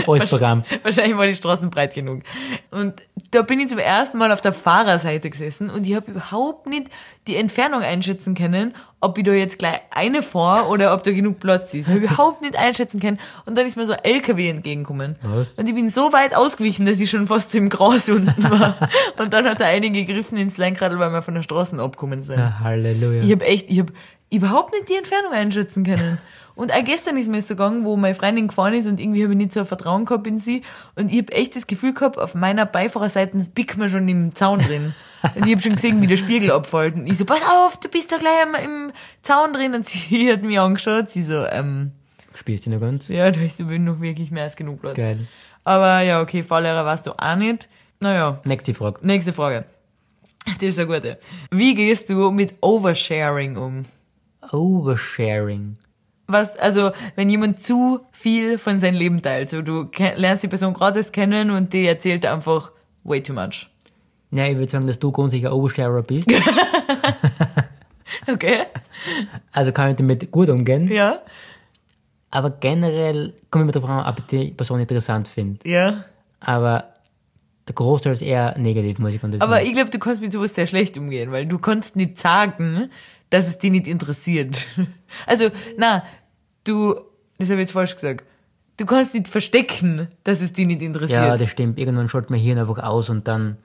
Alles Programm.
Wahrscheinlich war die Straßen breit genug. Und da bin ich zum ersten Mal auf der Fahrerseite gesessen und ich habe überhaupt nicht die Entfernung einschätzen können, ob ich da jetzt gleich eine fahre oder ob da genug Platz ist. Habe ich überhaupt nicht einschätzen können. Und dann ist mir so ein LKW entgegengekommen.
Was?
Und ich bin so weit ausgewichen, dass ich schon fast zu im Gras unten war. und dann hat er einen gegriffen ins Lenkrad, weil wir von der Straße abgekommen sind.
Ah, Halleluja.
Ich habe echt, ich habe überhaupt nicht die Entfernung einschätzen können. Und auch gestern ist mir so gegangen, wo meine Freundin gefahren ist und irgendwie habe ich nicht so ein Vertrauen gehabt in sie. Und ich habe echt das Gefühl gehabt, auf meiner Beifahrerseite ist biegt mir schon im Zaun drin. Und ich habe schon gesehen, wie der Spiegel abfällt. Und ich so, pass auf, du bist da gleich am, im Zaun drin. Und sie hat mich angeschaut. Sie so, ähm,
Spielst du noch ganz?
ja, da ist noch wirklich mehr als genug Platz.
Geil.
Aber ja, okay, Fahrlehrer warst du auch nicht. Naja,
Nächste Frage.
nächste Frage. Das ist eine gute. Wie gehst du mit Oversharing um?
Oversharing.
was, also wenn jemand zu viel von seinem Leben teilt, so du ke- lernst die Person gratis kennen und die erzählt einfach way too much.
Ja, ich würde sagen, dass du grundsätzlich ein Oversharer bist.
Okay?
Also kann ich damit gut umgehen.
Ja?
Aber generell komme ich mit der Frage, ob ich die Person interessant finde.
Ja.
Aber der Großteil ist eher negativ, muss ich ganz ehrlich
Aber
sagen.
ich glaube, du kannst mit sowas sehr schlecht umgehen, weil du kannst nicht sagen, dass es dich nicht interessiert. Also, na, du, das habe ich jetzt falsch gesagt. Du kannst nicht verstecken, dass es dich nicht
Ja,
interessiert.
das stimmt. Irgendwann schaut mein Hirn einfach aus und dann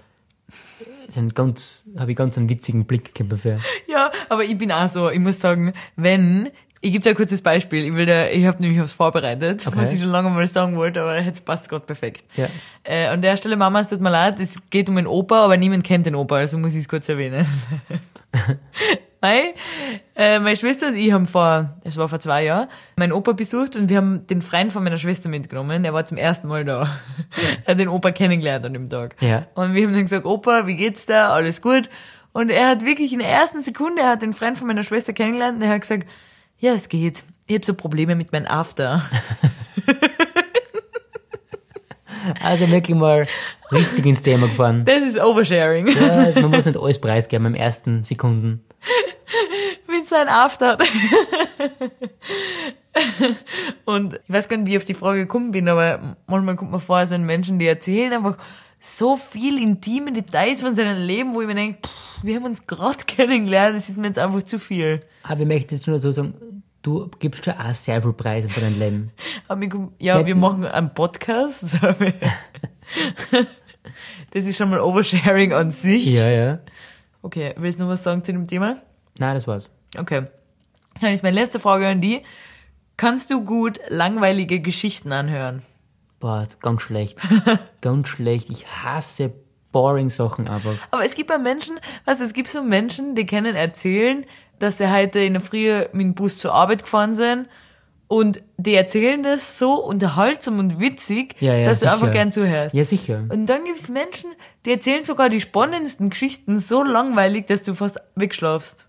sind ganz, habe ich ganz einen witzigen Blick gehabt dafür.
Ja, aber ich bin auch so, ich muss sagen, wenn, ich gebe dir ein kurzes Beispiel, ich will da, ich habe nämlich was vorbereitet, was ich schon lange mal sagen wollte, aber jetzt passt gerade perfekt.
Ja.
Äh, an der Stelle, Mama, es tut mir leid, es geht um einen Opa, aber niemand kennt den Opa, also muss ich es kurz erwähnen. Weil äh, meine Schwester und ich haben vor, das war vor zwei Jahren, meinen Opa besucht und wir haben den Freund von meiner Schwester mitgenommen. Er war zum ersten Mal da. er hat den Opa kennengelernt an dem Tag.
Ja.
Und wir haben dann gesagt, Opa, wie geht's da? Alles gut. Und er hat wirklich in der ersten Sekunde, er hat den Freund von meiner Schwester kennengelernt und er hat gesagt, ja, es geht. Ich habe so Probleme mit meinem After.
Also wirklich mal richtig ins Thema gefahren.
Das ist Oversharing.
Ja, man muss nicht alles preisgeben im ersten Sekunden.
mit seinem After. und ich weiß gar nicht, wie ich auf die Frage gekommen bin, aber manchmal kommt mir vor, es sind Menschen, die erzählen einfach so viel intime Details von seinem Leben, wo ich mir denke, pff, wir haben uns gerade kennengelernt, das ist mir jetzt einfach zu viel.
Aber ich möchte jetzt nur dazu sagen, du gibst schon auch sehr viel Preis für dein Leben.
Aber ich, komm- ja, wir machen einen Podcast. so wir- das ist schon mal Oversharing an sich.
ja.
Okay, willst du noch was sagen zu dem Thema?
Nein, das war's.
Okay. Dann ist meine letzte Frage an die. Kannst du gut langweilige Geschichten anhören?
Boah, ganz schlecht. ganz schlecht. Ich hasse boring Sachen einfach.
Aber es gibt bei Menschen, was es gibt so Menschen, die können erzählen, dass sie heute in der Früh mit dem Bus zur Arbeit gefahren sind und die erzählen das so unterhaltsam und witzig,
Ja, ja,
dass du
sicher.
einfach gern zuhörst.
Ja, sicher.
Und dann gibt es Menschen, die erzählen sogar die spannendsten Geschichten so langweilig, dass du fast wegschlafst.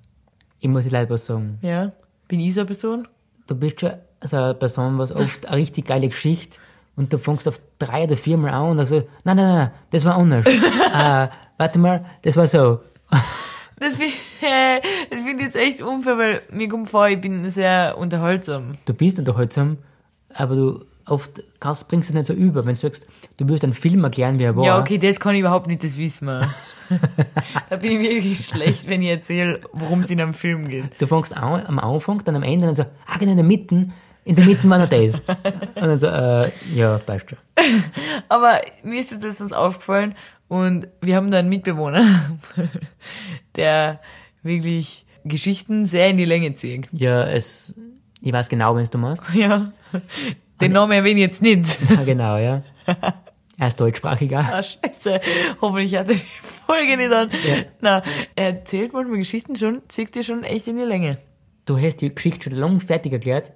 Ich muss dir leider was sagen.
Ja, bin ich so eine Person?
Du bist schon so eine Person, was oft eine richtig geile Geschichte und du fängst auf drei oder viermal an und dann sagst, du, nein, nein, nein, das war anders. äh, warte mal, das war so.
Das finde das find ich jetzt echt unfair, weil mir kommt vor, ich bin sehr unterhaltsam.
du bist unterhaltsam, aber du oft kannst, bringst es nicht so über. Wenn du sagst, du wirst einen Film erklären, wie er war.
Ja, okay, das kann ich überhaupt nicht, das wissen wir. da bin ich wirklich schlecht, wenn ich erzähle, worum es in einem Film geht.
Du fängst an, am Anfang, dann am Ende, dann so, ah, genau, in der Mitte, in der Mitte war noch das. und dann so, äh, ja, passt schon.
Aber mir ist das letztens aufgefallen und wir haben da einen Mitbewohner, der wirklich Geschichten sehr in die Länge zieht.
Ja, es, ich weiß genau, wenn du machst.
Ja. Den Namen erwähne ich jetzt nicht.
Ja, genau, ja. Er ist deutschsprachiger.
Ah, scheiße. Hoffentlich hat er die Folge nicht an. Na, er erzählt manchmal Geschichten schon, zieht die schon echt in die Länge.
Du hast die Geschichte schon lang fertig erklärt,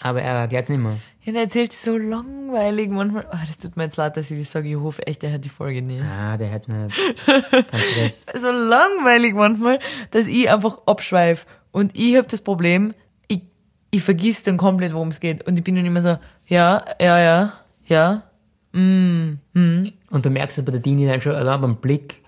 aber er erklärt es nicht mehr.
Ja, er erzählt so langweilig manchmal. Ah, das tut mir jetzt leid, dass ich das sage. Ich hoffe echt, er hat die Folge nicht.
Ah, der hat's nicht. Kein Stress.
so langweilig manchmal, dass ich einfach abschweif. Und ich habe das Problem, ich, ich vergiss dann komplett, worum es geht. Und ich bin dann immer so, ja, ja, ja, ja. mm.
Und du merkst es bei der Dini dann schon allein beim Blick,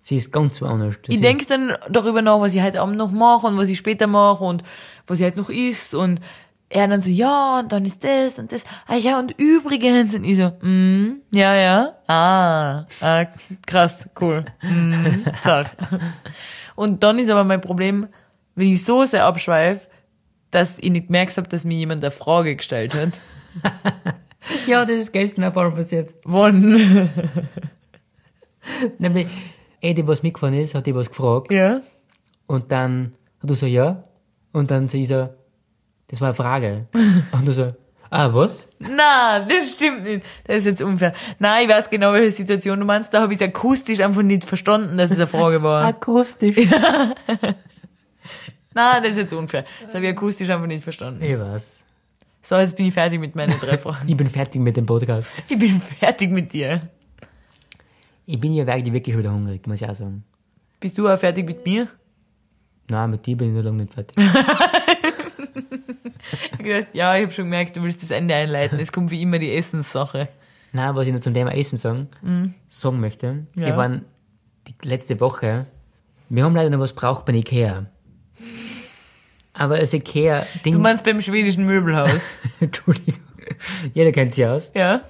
Sie ist ganz woanders.
Ich
Sie-
denke dann darüber nach, was ich heute Abend noch mache und was ich später mache und was ich heute noch isst und er dann so, ja, und dann ist das und das. Ah ja, und übrigens. Und ich so, mm, ja, ja. Ah, ah krass, cool. Mm, zack. Und dann ist aber mein Problem, wenn ich so sehr abschweife, dass ich nicht gemerkt habe, dass mir jemand eine Frage gestellt hat.
Ja, das ist gestern ein paar Mal passiert.
Wann?
Nämlich, eh, die was mitgefahren ist, hat die was gefragt.
Ja.
Und dann hat du so, ja. Und dann so, ich so, das war eine Frage. Und du so, ah, was?
Na, das stimmt nicht. Das ist jetzt unfair. Nein, ich weiß genau, welche Situation du meinst. Da habe ich akustisch einfach nicht verstanden, dass es eine Frage war.
Akustisch.
Na, das ist jetzt unfair. Das habe ich akustisch einfach nicht verstanden.
Ich weiß.
So, jetzt bin ich fertig mit meinen drei Fragen.
Ich bin fertig mit dem Podcast.
Ich bin fertig mit dir.
Ich bin ja wirklich, wirklich wieder hungrig, muss ich auch sagen.
Bist du auch fertig mit mir?
Nein, mit dir bin ich noch lange nicht fertig.
Ich hab gedacht, ja, ich habe schon gemerkt, du willst das Ende einleiten. Es kommt wie immer die Essenssache.
Nein, was ich noch zum Thema Essen sagen, sagen möchte.
Mhm. Ja.
Wir waren die letzte Woche, wir haben leider noch was braucht bei Ikea. Aber das Ikea-Ding...
Du meinst beim schwedischen Möbelhaus,
Entschuldigung. Jeder kennt sich aus.
ja?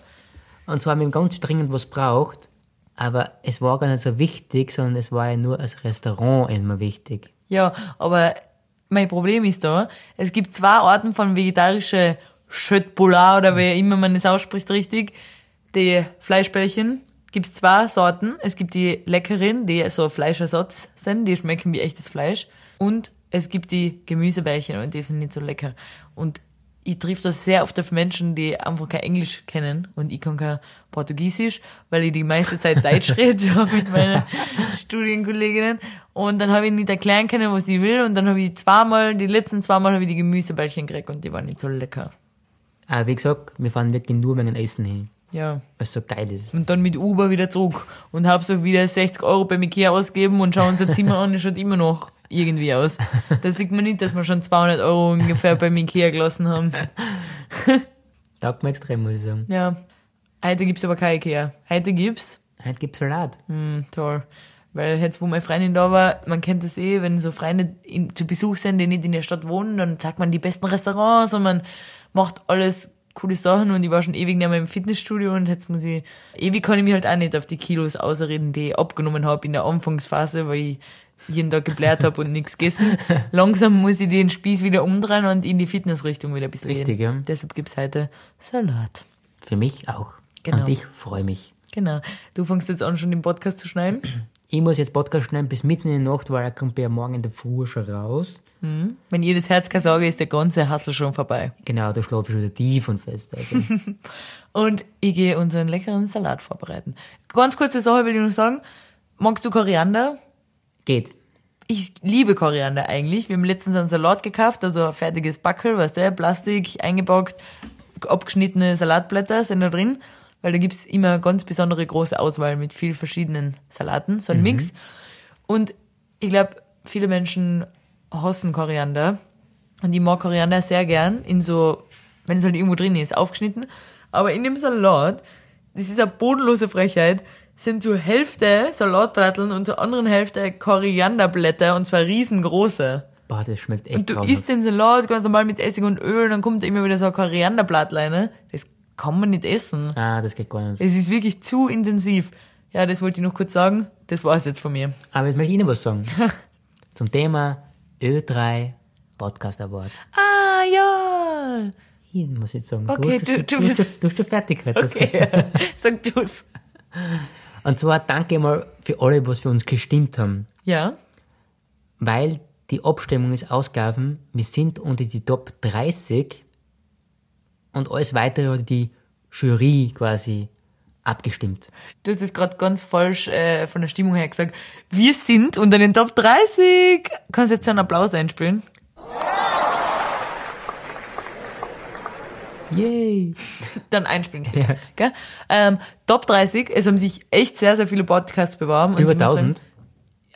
Und zwar haben wir ganz dringend was braucht, aber es war gar nicht so wichtig, sondern es war ja nur als Restaurant immer wichtig.
Ja, aber mein Problem ist da, es gibt zwei Arten von vegetarische Schöttbula oder wie immer man es ausspricht richtig. Die Fleischbällchen gibt's zwei Sorten. Es gibt die leckeren, die so ein Fleischersatz sind, die schmecken wie echtes Fleisch. Und es gibt die Gemüsebällchen und die sind nicht so lecker. Und ich triff das sehr oft auf Menschen, die einfach kein Englisch kennen und ich kann kein Portugiesisch, weil ich die meiste Zeit Deutsch rede so mit meinen Studienkolleginnen. Und dann habe ich nicht erklären können, was ich will und dann habe ich zweimal, die letzten zweimal habe ich die Gemüsebällchen gekriegt und die waren nicht so lecker.
Aber wie gesagt, wir fahren wirklich nur wegen dem Essen hin,
Ja.
weil es so geil ist.
Und dann mit Uber wieder zurück und hab so wieder 60 Euro beim Ikea ausgeben und schau unser Zimmer an, es schaut immer noch irgendwie aus. Da sieht man nicht, dass wir schon 200 Euro ungefähr beim Ikea gelassen haben.
Taugt mir extrem, muss ich sagen.
Ja. Heute gibt's aber kein Ikea. Heute gibt's.
Heute gibt's Salat.
Hm, toll. Weil jetzt, wo meine Freundin da war, man kennt das eh, wenn so Freunde in, zu Besuch sind, die nicht in der Stadt wohnen, dann sagt man die besten Restaurants und man macht alles coole Sachen und ich war schon ewig nicht mehr im Fitnessstudio und jetzt muss ich, ewig kann ich mich halt auch nicht auf die Kilos ausreden, die ich abgenommen habe in der Anfangsphase, weil ich jeden Tag geblärt habe und nichts gegessen. Langsam muss ich den Spieß wieder umdrehen und in die Fitnessrichtung wieder ein bisschen
Richtig,
gehen.
ja.
Deshalb gibt's heute Salat.
Für mich auch.
Genau.
Und ich freue mich.
Genau. Du fängst jetzt an, schon den Podcast zu schneiden.
Ich muss jetzt Podcast schneiden bis mitten in der Nacht, weil er kommt ja morgen in der Früh schon raus.
Hm? Wenn ihr das Herz keine Sorge ist, der ganze Hassel schon vorbei.
Genau, da schlafe ich wieder tief und fest. Also,
Und ich gehe unseren leckeren Salat vorbereiten. Ganz kurze Sache will ich noch sagen. Magst du Koriander?
geht.
Ich liebe Koriander eigentlich. Wir haben letztens einen Salat gekauft, also ein fertiges Backel, weißt du, Plastik, eingepackt, abgeschnittene Salatblätter sind da drin, weil da gibt's immer eine ganz besondere große Auswahl mit viel verschiedenen Salaten, so ein Mix. Und ich glaube, viele Menschen hassen Koriander. Und ich mag Koriander sehr gern in so, wenn es halt irgendwo drin ist, aufgeschnitten. Aber in dem Salat, das ist eine bodenlose Frechheit, sind zur Hälfte Salatbratteln und zur anderen Hälfte Korianderblätter und zwar riesengroße.
Boah, das schmeckt echt
Und du
traumhaft.
isst den Salat ganz normal mit Essig und Öl und dann kommt immer wieder so ein Korianderblattlein. Das kann man nicht essen.
Ah, das geht gar nicht.
Es ist wirklich zu intensiv. Ja, das wollte ich noch kurz sagen. Das war's jetzt von mir.
Aber jetzt möchte ich Ihnen was sagen. Zum Thema Ö3 Podcast Award.
Ah, ja.
Ich muss jetzt sagen,
Okay,
gut,
du- du bist-
du bist schon fertig heute.
Okay. Also, Sag du's.
Und zwar danke mal für alle, was für uns gestimmt haben.
Ja.
Weil die Abstimmung ist ausgegangen, wir sind unter die Top 30 und alles weitere hat die Jury quasi abgestimmt.
Du hast es gerade ganz falsch äh, von der Stimmung her gesagt. Wir sind unter den Top 30. Kannst jetzt so einen Applaus einspielen?
Yay!
Dann einspielen. Gell? Ähm, Top 30. Es haben sich echt sehr, sehr viele Podcasts beworben. Und
Über
ich muss sagen,
1000.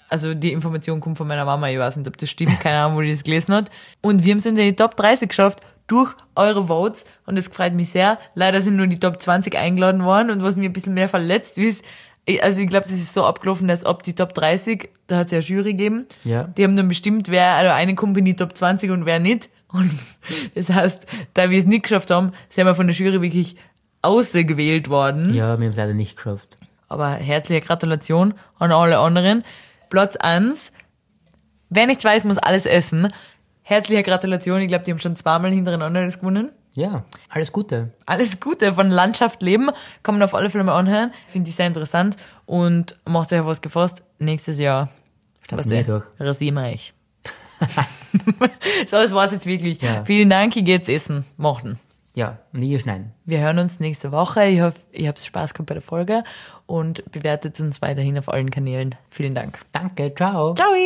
also die Information kommt von meiner Mama, ich weiß nicht, ob das stimmt, keine Ahnung, wo die das gelesen hat. Und wir haben es in die Top 30 geschafft durch eure Votes und das freut mich sehr. Leider sind nur die Top 20 eingeladen worden und was mir ein bisschen mehr verletzt ist, ich- also ich glaube, das ist so abgelaufen, dass ab die Top 30, da hat es ja eine Jury gegeben,
Ja.
die haben dann bestimmt, wer, also eine kommt in die Top 20 und wer nicht. Und das heißt, da wir es nicht geschafft haben, sind wir von der Jury wirklich ausgewählt worden.
Ja, wir haben es leider nicht geschafft.
Aber herzliche Gratulation an alle anderen. Platz 1. Wer nichts weiß, muss alles essen. Herzliche Gratulation. Ich glaube, die haben schon zweimal hintereinander das gewonnen.
Ja, alles Gute.
Alles Gute von Landschaft leben. Kann man auf alle Fälle mal anhören. Finde ich sehr interessant. Und macht euch auf was gefasst. Nächstes Jahr. Starten
wir durch.
Rasieren wir euch. so, das war's jetzt wirklich.
Ja.
Vielen Dank. Ich gehe jetzt essen. Mochten.
Ja, und ich schneiden.
Wir hören uns nächste Woche. Ich hoffe, ihr habt Spaß gehabt bei der Folge und bewertet uns weiterhin auf allen Kanälen. Vielen Dank.
Danke, ciao.
Ciao!